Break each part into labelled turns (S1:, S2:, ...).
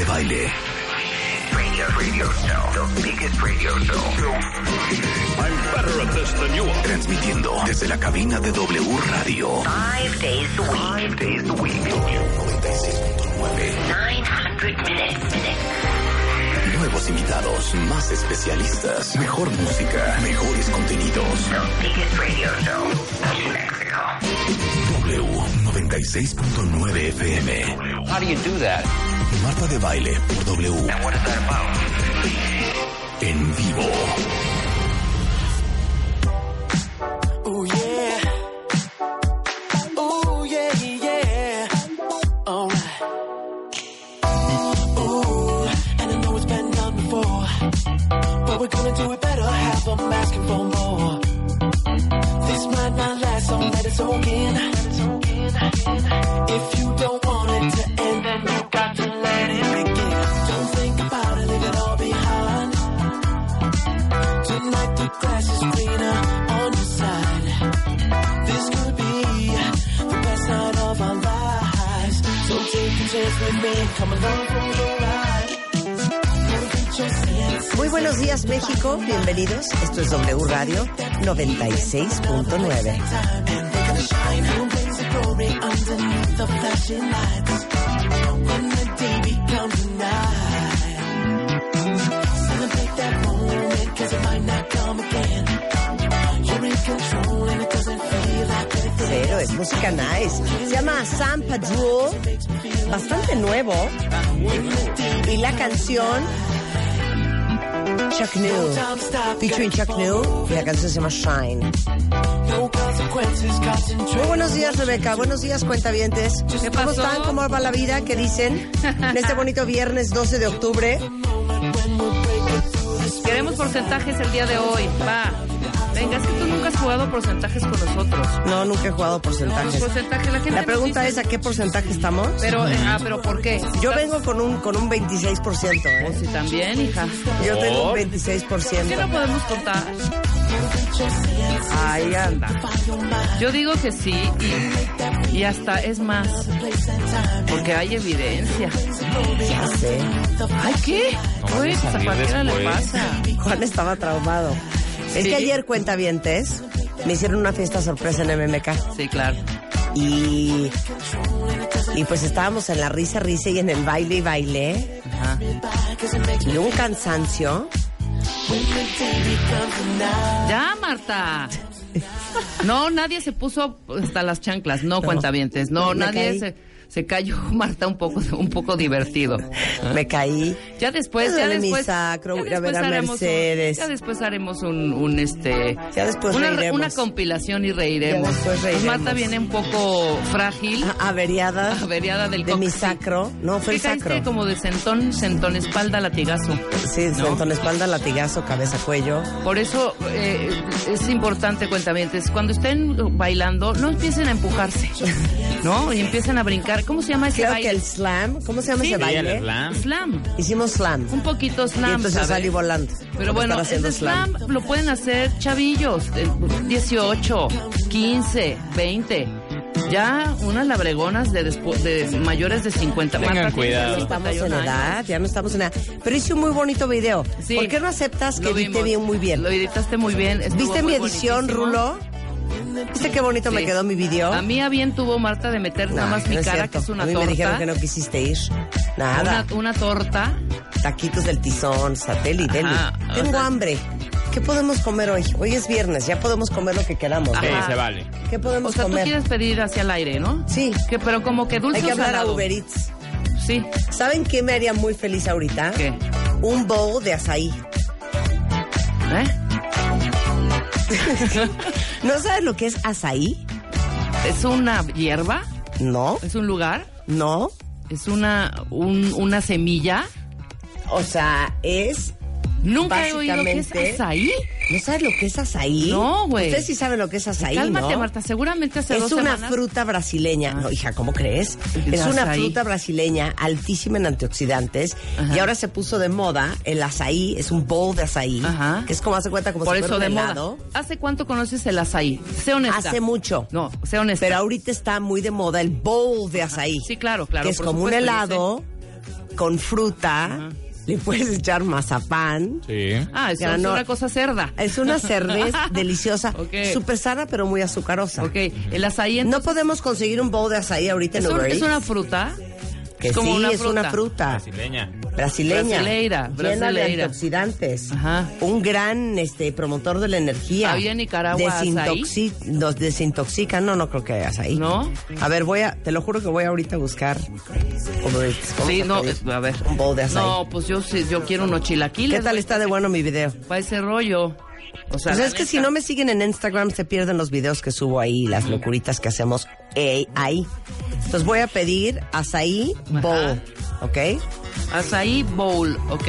S1: de baile. Radio, radio show. The biggest radio show.
S2: I'm better at this than you are.
S1: Transmitiendo desde la cabina de W Radio.
S3: Five days a week.
S1: Five days a week. W 96.9.
S3: 900 minutes.
S1: Nuevos invitados, más especialistas, mejor música, mejores contenidos.
S3: The biggest radio show in Mexico.
S1: W 96.9 FM.
S4: How do you do that?
S1: Marta de baile por W.
S3: What is that about?
S1: En vivo.
S5: Ooh yeah. Ooh yeah, yeah. Alright. Ooh, and I know it's been done before, but we're gonna do it better. Have 'em asking for more. This might not last, so let it soak in. If you don't want it to end, then you got to let it begin. Don't think about it, leave it all behind. Tonight the glass is cleaner on your side. This could be the best night of our lives. So take a chance with me, come along for the ride. Gotta get your senses.
S6: Muy buenos días México, bienvenidos. Esto es W Radio 96.9.
S5: And they're gonna shine. We'll blaze the glory underneath the flashing lights. When the day becomes a night. Celebrate that moment, cause it might not come again. You're in control and it doesn't feel like a thing.
S6: Pero es música nice. Se llama San Pedro, bastante nuevo. Y la canción Chuck New,
S5: Time stop.
S6: featuring Chuck New, y la canción se llama Shine.
S5: No consequences,
S6: Muy
S5: concentrate.
S6: buenos días Rebeca, buenos días cuentavientes. ¿Cómo están? ¿Cómo va la vida? ¿Qué dicen? En este bonito viernes 12 de octubre.
S7: Queremos porcentajes el día de hoy. Va. Venga, es que tú nunca has jugado porcentajes con nosotros.
S6: No, nunca he jugado
S7: Los
S6: porcentajes.
S7: porcentajes, la gente.
S6: La
S7: nos
S6: pregunta
S7: dice,
S6: es a qué porcentaje estamos.
S7: Pero, eh, ah, pero ¿por qué?
S6: Yo vengo con un con un 26%,
S7: Pues
S6: ¿eh?
S7: sí, también, hija.
S6: Yo tengo un
S7: ¿Por qué no
S6: 26%.
S7: podemos contar?
S6: Ahí anda.
S7: Yo digo que sí y, y hasta es más. Porque hay evidencia.
S6: Ya sé.
S7: ¿Ay qué? Uy, pues a cualquiera le pasa.
S6: Juan estaba traumado. Es
S7: Sí.
S6: que ayer cuentavientes me hicieron una fiesta sorpresa en MMK
S7: Sí, claro.
S6: y y pues estábamos en la risa risa y en el baile y baile
S7: Ajá.
S6: y un cansancio.
S7: Ya, Marta. No, nadie se puso hasta las chanclas, no, cuentavientes, no,
S6: Me
S7: nadie
S6: caí.
S7: se, se cayó, Marta, un poco, un poco divertido.
S6: Me caí.
S7: Ya después,
S6: Me
S7: ya
S6: duele mi
S7: después,
S6: sacro,
S7: ya
S6: voy a ir a ver a
S7: después haremos un-
S6: Mercedes.
S7: ya después haremos un, un, este,
S6: Ya después
S7: una,
S6: reiremos.
S7: una compilación y reiremos. Pues
S6: Ya después reiremos.
S7: Marta viene un poco frágil,
S6: A- Averiada
S7: averiada del
S6: de mi
S7: coxis.
S6: sacro. No, fue
S7: Te
S6: el
S7: caíste
S6: sacro.
S7: como de sentón, sentón, espalda, latigazo.
S6: Sí, sentón, espalda, latigazo, cabeza, cuello.
S7: Por eso eh, es importante, cuentamientes, cuando estén bailando, no empiecen a empujarse, ¿no? Y empiecen a brincar. ¿cómo se llama ese
S6: Creo que
S7: baile?
S6: el slam, ¿cómo se llama
S7: Sí.
S6: ese
S7: Sí,
S6: baile?
S7: Slam.
S6: Hicimos slam.
S7: Un poquito
S6: y
S7: slam,
S6: entonces
S7: ¿sabes?
S6: salí volando. por
S7: Pero bueno,
S6: estar
S7: el
S6: haciendo
S7: de slam lo pueden hacer chavillos, de 18, 15, 20. Ya unas labregonas de, despu- de mayores de 50.
S8: Tengan
S7: Marta, tienes
S8: cuidado.
S6: Ya no Estamos en
S7: 51 años.
S6: edad, ya no estamos en edad. Pero hice un muy bonito video.
S7: Sí.
S6: ¿Por qué no aceptas que
S7: Lo
S6: edité
S7: vimos.
S6: bien muy bien?
S7: Lo editaste muy bien. estuvo
S6: ¿Viste mi
S7: muy
S6: edición,
S7: bonitísimo.
S6: Rulo? ¿Viste qué bonito me
S7: Sí.
S6: quedó mi video?
S7: A mí a bien tuvo Marta de meter nada
S6: Ay,
S7: más
S6: no
S7: mi
S6: es
S7: cara,
S6: cierto.
S7: que es una
S6: A mí
S7: torta.
S6: me dijeron que no quisiste ir. Nada.
S7: una, una torta.
S6: Taquitos del tizón, satélite. deli.
S7: Ajá, o
S6: Tengo
S7: sea-
S6: hambre. ¿Qué podemos comer hoy? Hoy es viernes, ya podemos comer lo que queramos.
S7: Ajá.
S8: Sí, se vale.
S6: ¿Qué podemos
S7: O sea, tú
S6: comer?
S7: quieres pedir hacia el aire, ¿no?
S6: Sí.
S7: Que, pero como que dulce
S6: Hay que
S7: o
S6: hablar a
S7: salado.
S6: Uber Eats.
S7: Sí.
S6: ¿Saben qué me haría muy feliz ahorita?
S7: ¿Qué?
S6: Un bowl de azaí.
S7: ¿Eh?
S6: ¿No sabes lo que es azaí?
S7: ¿Es una hierba?
S6: No,
S7: ¿Es un lugar?
S6: no.
S7: es una, un- una semilla.
S6: O sea, es.
S7: Nunca he oído que es
S6: Básicamente,
S7: azaí.
S6: ¿No sabes lo que es azaí?
S7: No, güey. Pues
S6: Ustedes sí saben lo que es azaí,
S7: Cálmate,
S6: ¿no?
S7: Marta. Seguramente hace
S6: Es
S7: dos
S6: una
S7: semanas- Ah.
S6: fruta brasileña. No, hija, ¿cómo crees?
S7: El
S6: Es una
S7: azaí.
S6: fruta brasileña altísima en antioxidantes
S7: Ajá.
S6: y ahora se puso de moda el azaí, es un bowl de azaí,
S7: Ajá.
S6: que es como hace cuenta como
S7: Por
S6: si fuera
S7: eso
S6: un
S7: de
S6: helado.
S7: moda. ¿Hace cuánto conoces el azaí? Sé honesta.
S6: Hace mucho.
S7: No, sé honesta.
S6: Pero ahorita está muy de moda el bowl de azaí.
S7: Sí, claro, claro,
S6: Que es
S7: por
S6: como un
S7: supuesto, yo
S6: helado con fruta, le puedes echar mazapán.
S4: Sí.
S7: Ah, eso
S6: Ya
S7: es
S6: no-
S7: una cosa cerda.
S6: Es una cervez deliciosa,
S7: Ok.
S6: súper sana, pero muy azucarosa.
S7: Ok, el azaí
S6: No
S7: entonces,
S6: podemos conseguir un bowl de azaí ahorita
S7: es,
S6: en
S7: un-
S6: Uber
S7: es
S6: Eats.
S7: una fruta.
S6: Que
S7: es como
S6: sí,
S7: una
S6: es una fruta
S4: Brasileña.
S6: brasileña.
S7: Brasileira,
S6: Llena de
S7: brasileira.
S6: antioxidantes.
S7: Ajá.
S6: Un gran este, promotor de la energía.
S7: ¿Había en Nicaragua
S6: Desintoxi- Nos desintoxica. No, no creo que hagas ahí.
S7: ¿No?
S6: A ver, voy a, te lo juro que voy ahorita a buscar. Uber Eats. Vamos
S7: Sí,
S6: a
S7: no,
S6: pedir
S7: es- a ver.
S6: Un bowl de azaí.
S7: No, pues yo sí, yo quiero unos chilaquiles.
S6: ¿Qué tal está de bueno mi video?
S7: Para ese rollo. O sea,
S6: Pues
S7: la
S6: es que
S7: neta.
S6: si no me siguen en Instagram se pierden los videos que subo ahí, las locuritas que hacemos eh, ahí. Entonces voy a pedir azaí bowl, ¿ok?
S7: Azaí bowl, ok.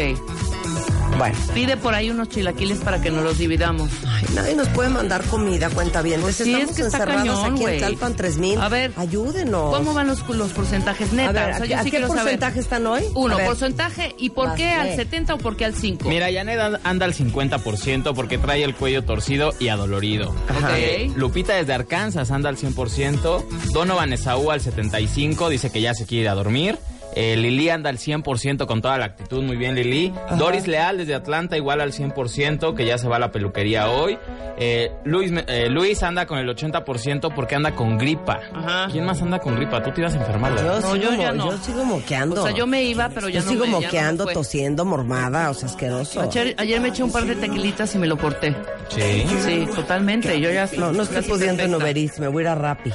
S6: Bueno.
S7: Pide por ahí unos chilaquiles para que nos los dividamos.
S6: Ay, nadie nos puede mandar comida, cuenta bien.
S7: Pues sí,
S6: Estamos
S7: es que está
S6: encerrados
S7: cañón,
S6: aquí
S7: güey.
S6: en Tlalpan 3000.
S7: A ver.
S6: Ayúdenos.
S7: ¿Cómo van los, los porcentajes neta?
S6: A ver,
S7: O sea,
S6: ¿a-
S7: yo
S6: a
S7: sí
S6: qué
S7: quiero saber.
S6: porcentaje están hoy?
S7: Uno, pues,
S6: A ver.
S7: porcentaje. ¿Y por
S6: Vas,
S7: qué al
S6: ve.
S7: 70 o por qué al 5?
S4: Mira, Janet an- anda al 50% porque trae el cuello torcido y adolorido.
S7: Ajá.
S4: Eh, Lupita desde Arkansas anda al 100%. Donovan Esaú al 75%, dice que ya se quiere ir a dormir. Eh, Lili anda al 100% con toda la actitud, muy bien Lili. Doris Leal desde Atlanta igual al 100%, que ya se va a la peluquería hoy. Eh, Luis, me- eh, Luis anda con el 80% porque anda con gripa.
S7: Ajá.
S4: ¿Quién más anda con gripa? Tú te ibas a enfermar,
S6: Yo,
S4: ¿verdad?
S7: No,
S6: sigo,
S7: yo
S6: mo-
S7: ya no.
S6: yo sigo moqueando.
S7: O sea, yo me iba, pero ya
S6: Yo
S7: no
S6: sigo
S7: me- ya no me
S6: moqueando,
S7: fue.
S6: tosiendo, mormada, o sea, asqueroso.
S7: Ayer, ayer me eché un par de tequilitas y me lo porté.
S4: Sí.
S7: Sí, totalmente. Yo ya
S6: No, no estoy
S7: casi
S6: pudiendo en
S7: perfecta.
S6: Uber Eats, me voy a ir a Rappi.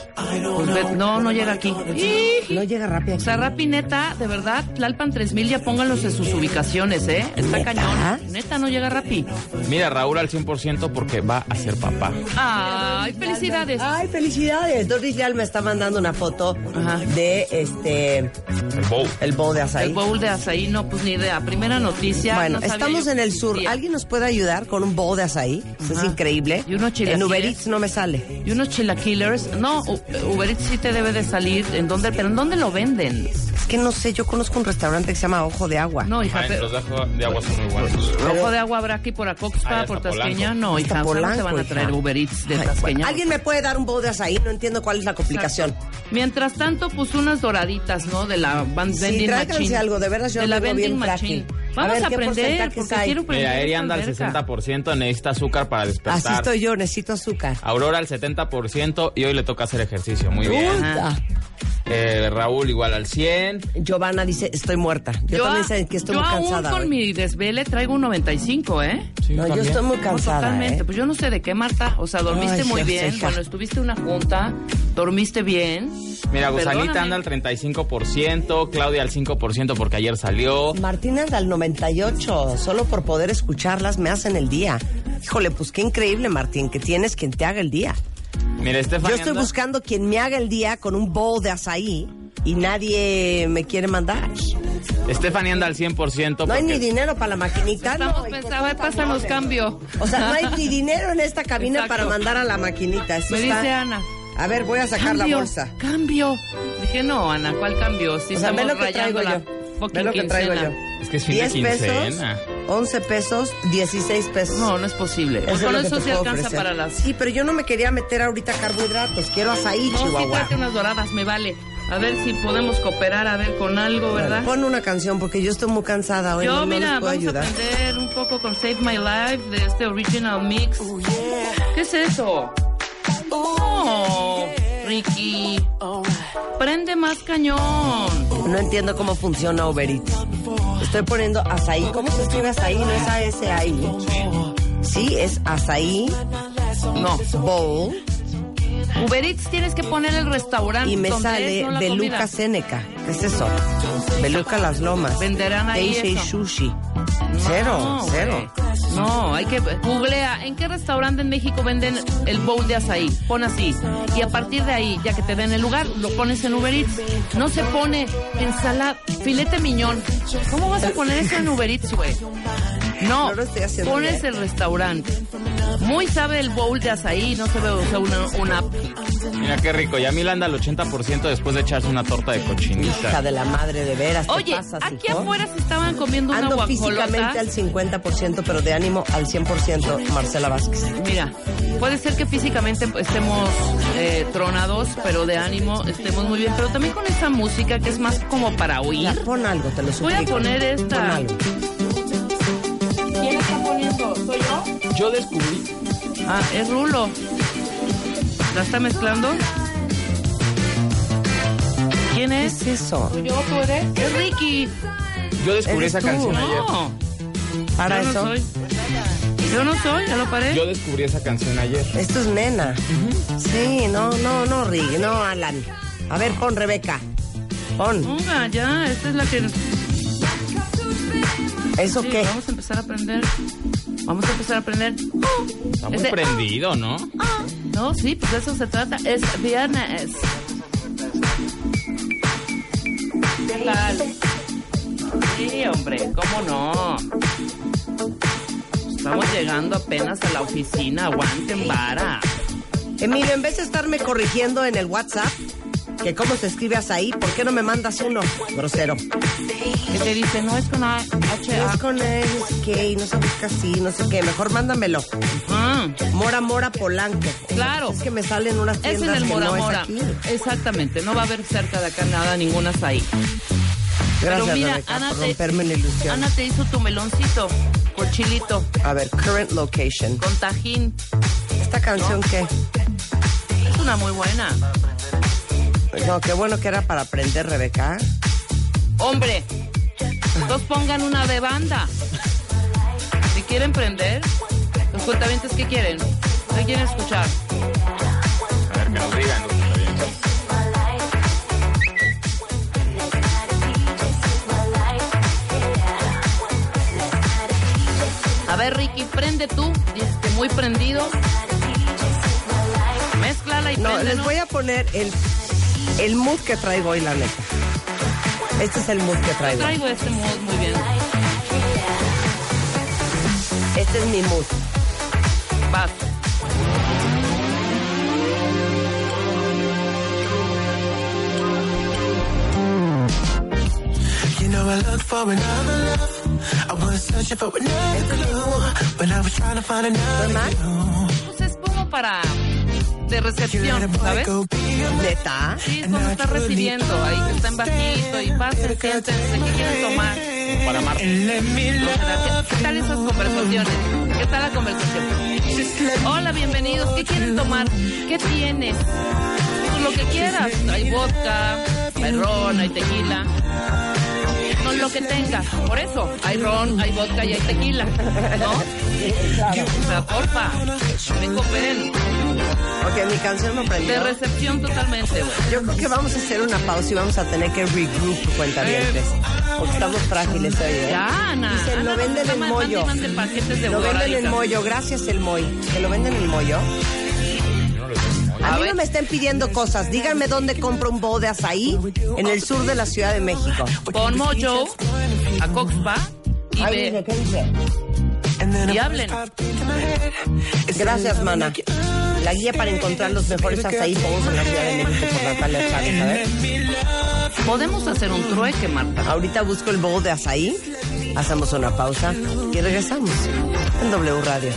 S7: Pues ve- no, no llega aquí.
S6: No llega Rappi
S7: O
S6: aquí.
S7: sea, Rapineta, de verdad, Tlalpan 3000, ya pónganlos en sus ubicaciones, ¿eh? Está cañón. Neta, no llega Rapi.
S4: Mira, Raúl al 100% porque va a ser papá.
S7: ¡Ay, felicidades!
S6: Ay, felicidades. Doris Leal me está mandando una foto
S7: Ajá.
S6: de este
S4: El bow.
S6: el bowl de azaí.
S7: El bowl de azaí, no, pues ni idea. Primera noticia.
S6: Bueno,
S7: no sabía
S6: estamos
S7: yo
S6: en
S7: que
S6: el sur.
S7: existía.
S6: ¿Alguien nos puede ayudar con un bowl de azaí? Eso Es
S7: Ajá.
S6: increíble.
S7: Y unos chilaquiles.
S6: En Uber Eats no me sale.
S7: Y unos chilaquilers. No, U- Uber Eats sí te debe de salir. ¿En dónde? ¿Pero en dónde lo venden?
S6: Es que no sé, yo conozco un restaurante que se llama Ojo de Agua.
S7: No, hija,
S4: Ay,
S7: pero-
S4: los de agua son muy buenos.
S6: Pues
S7: Rojo de agua habrá aquí por Acoxpa,
S4: Ah, ya
S7: por
S4: está
S7: Tasqueña.
S4: Polanco.
S7: No, hija,
S6: Está
S7: o sea, no te
S6: Polanco,
S7: van a traer
S6: hija.
S7: Uber Eats de
S6: Ay, bueno,
S7: Tasqueña.
S6: ¿Alguien me puede dar un bowl de azaí? No entiendo cuál es la complicación.
S7: Mientras tanto, pues unas doraditas, ¿no? De la van-
S6: Sí,
S7: vending
S6: tráiganse
S7: machine.
S6: algo, de veras yo
S7: De la
S6: vengo bien
S7: vending machine.
S6: frágil. A
S7: Vamos a,
S6: ver, ¿qué
S7: aprender,
S6: porcentajes
S7: porque
S6: hay?
S7: quiero aprender.
S4: Mira, Eri
S7: esta
S4: anda al
S7: alberca.
S4: 60%, necesita azúcar para
S6: Así
S4: despertar.
S6: estoy yo, necesito azúcar.
S4: Aurora al 70% y hoy le toca hacer ejercicio. Ah, Muy bien.
S6: Puta.
S4: Eh, Raúl igual al 100.
S6: Giovanna dice, estoy muerta. Yo, también
S7: a-
S6: sé que estoy
S7: yo
S6: muy
S7: aún
S6: cansada.
S7: con
S6: hoy.
S7: mi desvele traigo un 95, ¿eh?
S6: No, yo estoy muy cansada.
S7: Totalmente.
S6: ¿eh?
S7: Pues yo no sé de qué, Marta. O sea, dormiste
S6: Ay,
S7: muy
S6: Dios,
S7: bien.
S6: hija.
S7: Cuando estuviste en una junta, dormiste bien.
S4: Mira, Gusanita
S7: Perdóname.
S4: anda al 35%, Claudia al 5% porque ayer salió.
S6: Martina al 98, solo por poder escucharlas me hacen el día. Híjole, pues qué increíble, Martín, que tienes quien te haga el día.
S4: Mira, Estefan.
S6: Yo estoy buscando quien me haga el día con un bowl de azaí y nadie me quiere mandar.
S4: Stephanie anda al 100%.
S6: No hay
S4: porque-
S6: ni dinero para la maquinita.
S7: pues Estamos
S6: no,
S7: pensando, a ver,
S6: hijo de puta
S7: pásanos
S6: madre.
S7: cambio.
S6: O sea, no hay ni dinero en esta cabina
S7: Exacto.
S6: para mandar a la maquinita. Eso
S7: Me
S6: está-
S7: dice Ana.
S6: A ver, voy a sacar la
S7: cambio,
S6: bolsa.
S7: Cambio. Dije, no, Ana, ¿cuál cambio? Si
S6: o sea, ve
S7: estamos
S6: lo que
S7: rayando
S6: traigo yo.
S7: la
S6: Ve
S7: fucking
S6: lo que traigo yo.
S7: quincena.
S4: Es que es fin de
S6: 10 pesos,
S4: quincena.
S6: 11 pesos, 16 pesos.
S7: No, no es posible.
S6: Eso es
S7: Pues Con
S6: lo que
S7: eso
S6: te
S7: se
S6: puedo
S7: alcanza
S6: ofrecer.
S7: para las...
S6: Sí, pero yo no me quería meter ahorita carbohidratos. Quiero azaí,
S7: No, sí,
S6: Chihuahua.
S7: tráete unas doradas, me vale. A ver si podemos cooperar, a ver, con algo, ¿verdad?
S6: Pon una canción porque yo estoy muy cansada hoy.
S7: Yo,
S6: no, no
S7: mira,
S6: les puedo
S7: vamos
S6: ayudar.
S7: a aprender un poco con Save My Life de este original mix. ¿Qué es eso? Oh, Ricky. Prende más cañón.
S6: No entiendo cómo funciona Uber Eats. Estoy poniendo azaí. ¿Cómo se escribe azaí? No es A-S-A-I. Sí, es azaí
S7: No,
S6: bowl
S7: Uber Eats tienes que poner el restaurante.
S6: Y me
S7: donde
S6: sale
S7: es, no la
S6: Beluca
S7: comida.
S6: Seneca. ¿Qué es eso? Beluca Las Lomas.
S7: Venderán ahí
S6: Teisha y
S7: eso.
S6: Sushi. Cero,
S7: No,
S6: cero.
S7: güey. No, hay que. Googlea, ¿en qué restaurante en México venden el bowl de azaí? Pon así. Y a partir de ahí, ya que te den el lugar, lo pones en Uber Eats. No se pone ensalada, filete miñón. ¿Cómo vas a poner eso en Uber Eats, güey? No,
S6: No lo estoy haciendo
S7: pones
S6: bien.
S7: el restaurante. Muy sabe el bowl de azaí, no se ve o sea, una, una
S4: Mira qué rico. Y a mí le anda al 80% después de echarse una torta de
S6: Hija
S4: cochinita.
S6: de la madre, de veras. ¿qué
S7: Oye,
S6: pasas,
S7: aquí
S6: hijo?
S7: afuera se estaban comiendo una
S6: Ando
S7: guajolota.
S6: físicamente al 50%, pero de ánimo al 100%, Marcela Vázquez.
S7: Mira, puede ser que físicamente estemos eh, tronados, pero de ánimo estemos muy bien. Pero también con esta música que es más como para
S6: Ya,
S7: oír.
S6: pon algo, te lo
S7: Voy a
S6: suplico.
S7: poner
S6: Pon
S7: esta.
S6: algo.
S7: ¿Quién está poniendo? ¿Soy yo?
S4: Yo descubrí.
S7: Ah, es Rulo. ¿La está mezclando? ¿Quién
S6: ¿Qué
S7: es?
S6: es eso?
S7: ¿Yo? ¿Tú eres? Es Ricky.
S4: Yo descubrí
S6: Eres
S4: esa
S6: tú.
S4: canción ayer.
S7: No,
S6: Ah, Para
S7: yo no
S6: eso.
S7: soy. Yo no soy, ya lo paré.
S4: Yo descubrí esa canción ayer.
S6: Esto es nena. Sí, no, no, no, Rig, no, Alan. A ver, pon Rebeca. Pon.
S7: Ponga, ya, esta es la que...
S6: ¿Eso
S7: Sí,
S6: qué?
S7: Vamos a empezar a aprender. Vamos a empezar a aprender.
S4: Está muy
S7: Ese-
S4: prendido, ¿no?
S7: No, sí, pues de eso se trata. Es viernes. ¿Qué tal? Sí, hombre, ¿cómo no? Estamos llegando apenas a la oficina. Aguanten, vara.
S6: Emilio, en vez de estarme corrigiendo en el WhatsApp, que cómo se escribe ahí, ¿por qué no me mandas uno? Grosero.
S7: Que te dice, no es con A- H.
S6: Es
S7: A.
S6: con él, no sé qué, y no sé qué, así, no sé qué. Mejor mándamelo.
S7: Ah,
S6: Mora Mora Polanco.
S7: Claro.
S6: Es que me salen unas
S7: es
S6: tiendas
S7: en el
S6: que
S7: Mora
S6: no es
S7: Mora.
S6: aquí.
S7: Exactamente, no va a haber cerca de acá nada, ninguna ahí.
S6: Gracias,
S7: Pero mira,
S6: Rebeca,
S7: Ana
S6: por
S7: te-
S6: romperme la ilusión.
S7: Ana te hizo tu meloncito, con chilito,
S6: A ver, current location.
S7: con tajín.
S6: ¿Esta canción qué?
S7: Es una muy buena.
S6: No, qué bueno que era para aprender, Rebeca.
S7: Hombre, todos pongan una de banda. Si quieren prender, los cuentavientes, ¿qué quieren? ¿Qué quieren escuchar?
S4: A ver, que nos digan.
S7: A ver, Ricky, prende tú. Dices que muy prendido. Mézclala y
S6: No,
S7: préndenos.
S6: les voy a poner el, el mood que traigo hoy, la neta. Este es el mood que traigo.
S7: Traigo este mood muy bien.
S6: Este es mi mood.
S7: Vas.
S5: You know I look for another love. I was searching for another clue, but I was trying to find another
S6: Mamá.
S5: you.
S7: Pues es como para... De
S5: You let a
S7: recepción,
S5: boy
S7: ¿sabes?
S5: go be a man.
S6: Neta.
S7: Sí, es cuando está recibiendo, ahí que está en bajito y pasen, siéntense, ¿qué quieren tomar?
S4: Para Marta.
S5: And let me love
S7: ¿Qué tal esas conversaciones? ¿Qué tal la conversación?
S5: just let
S7: Hola, bienvenidos. ¿Qué quieren tomar? ¿Qué tienes? Pues lo que quieras. Hay vodka, hay ron, hay tequila. Con lo que tengas. Por eso, hay ron, hay vodka y hay tequila. ¿No? O sea, porfa. Me cooperen.
S6: Ok, mi canción no
S7: De
S6: prendió.
S7: recepción totalmente, güey.
S6: Yo creo que vamos a hacer una pausa y vamos a tener que regroup
S7: Eh,
S6: cuentavientes. Porque estamos frágiles hoy, ¿eh?
S7: Ya, Ana.
S6: Dicen, lo
S7: Ana,
S6: venden
S7: manda
S6: en
S7: y
S6: mollo.
S7: manda paquetes de
S6: Lo venden en
S7: borradicas.
S6: mollo. Gracias, el moy. ¿Que lo venden en mollo? A
S7: A
S6: mí
S7: ver.
S6: no me estén pidiendo cosas. Díganme dónde compro un bowl de azaí en el sur de la Ciudad de México.
S7: Pon Mojo a Coxpa y
S6: Ay,
S7: ve.
S6: dice, ¿qué dice?
S5: And then
S7: Y
S5: I
S7: hablen.
S5: popped into my head. It's
S6: Gracias,
S5: another
S6: mana.
S5: lucky-
S6: La guía para encontrar los mejores azaí bowls en la Ciudad de México por Natalia Chávez. A ver.
S7: Podemos hacer un trueque, Marta.
S6: Ahorita busco el bowl de azaí. Hacemos una pausa y regresamos en W Radio.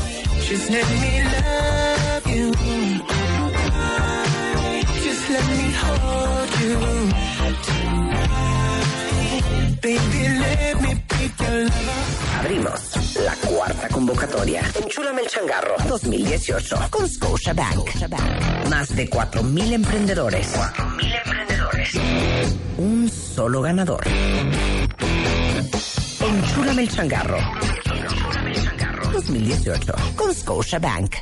S5: Just let me love you. Just let me hold you. Baby, let me be your lover.
S3: Abrimos la cuarta convocatoria. Enchúlame el changarro 2018 con Scotiabank. Más de 4.000 emprendedores. 4.000 emprendedores. Un solo ganador. Enchúlame el changarro.
S6: 2018 con Scotiabank.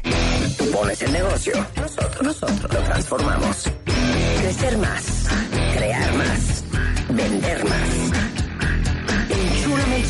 S6: Tú pones el negocio, nosotros, nosotros lo transformamos. Crecer más, crear más, vender más. Enchúlame el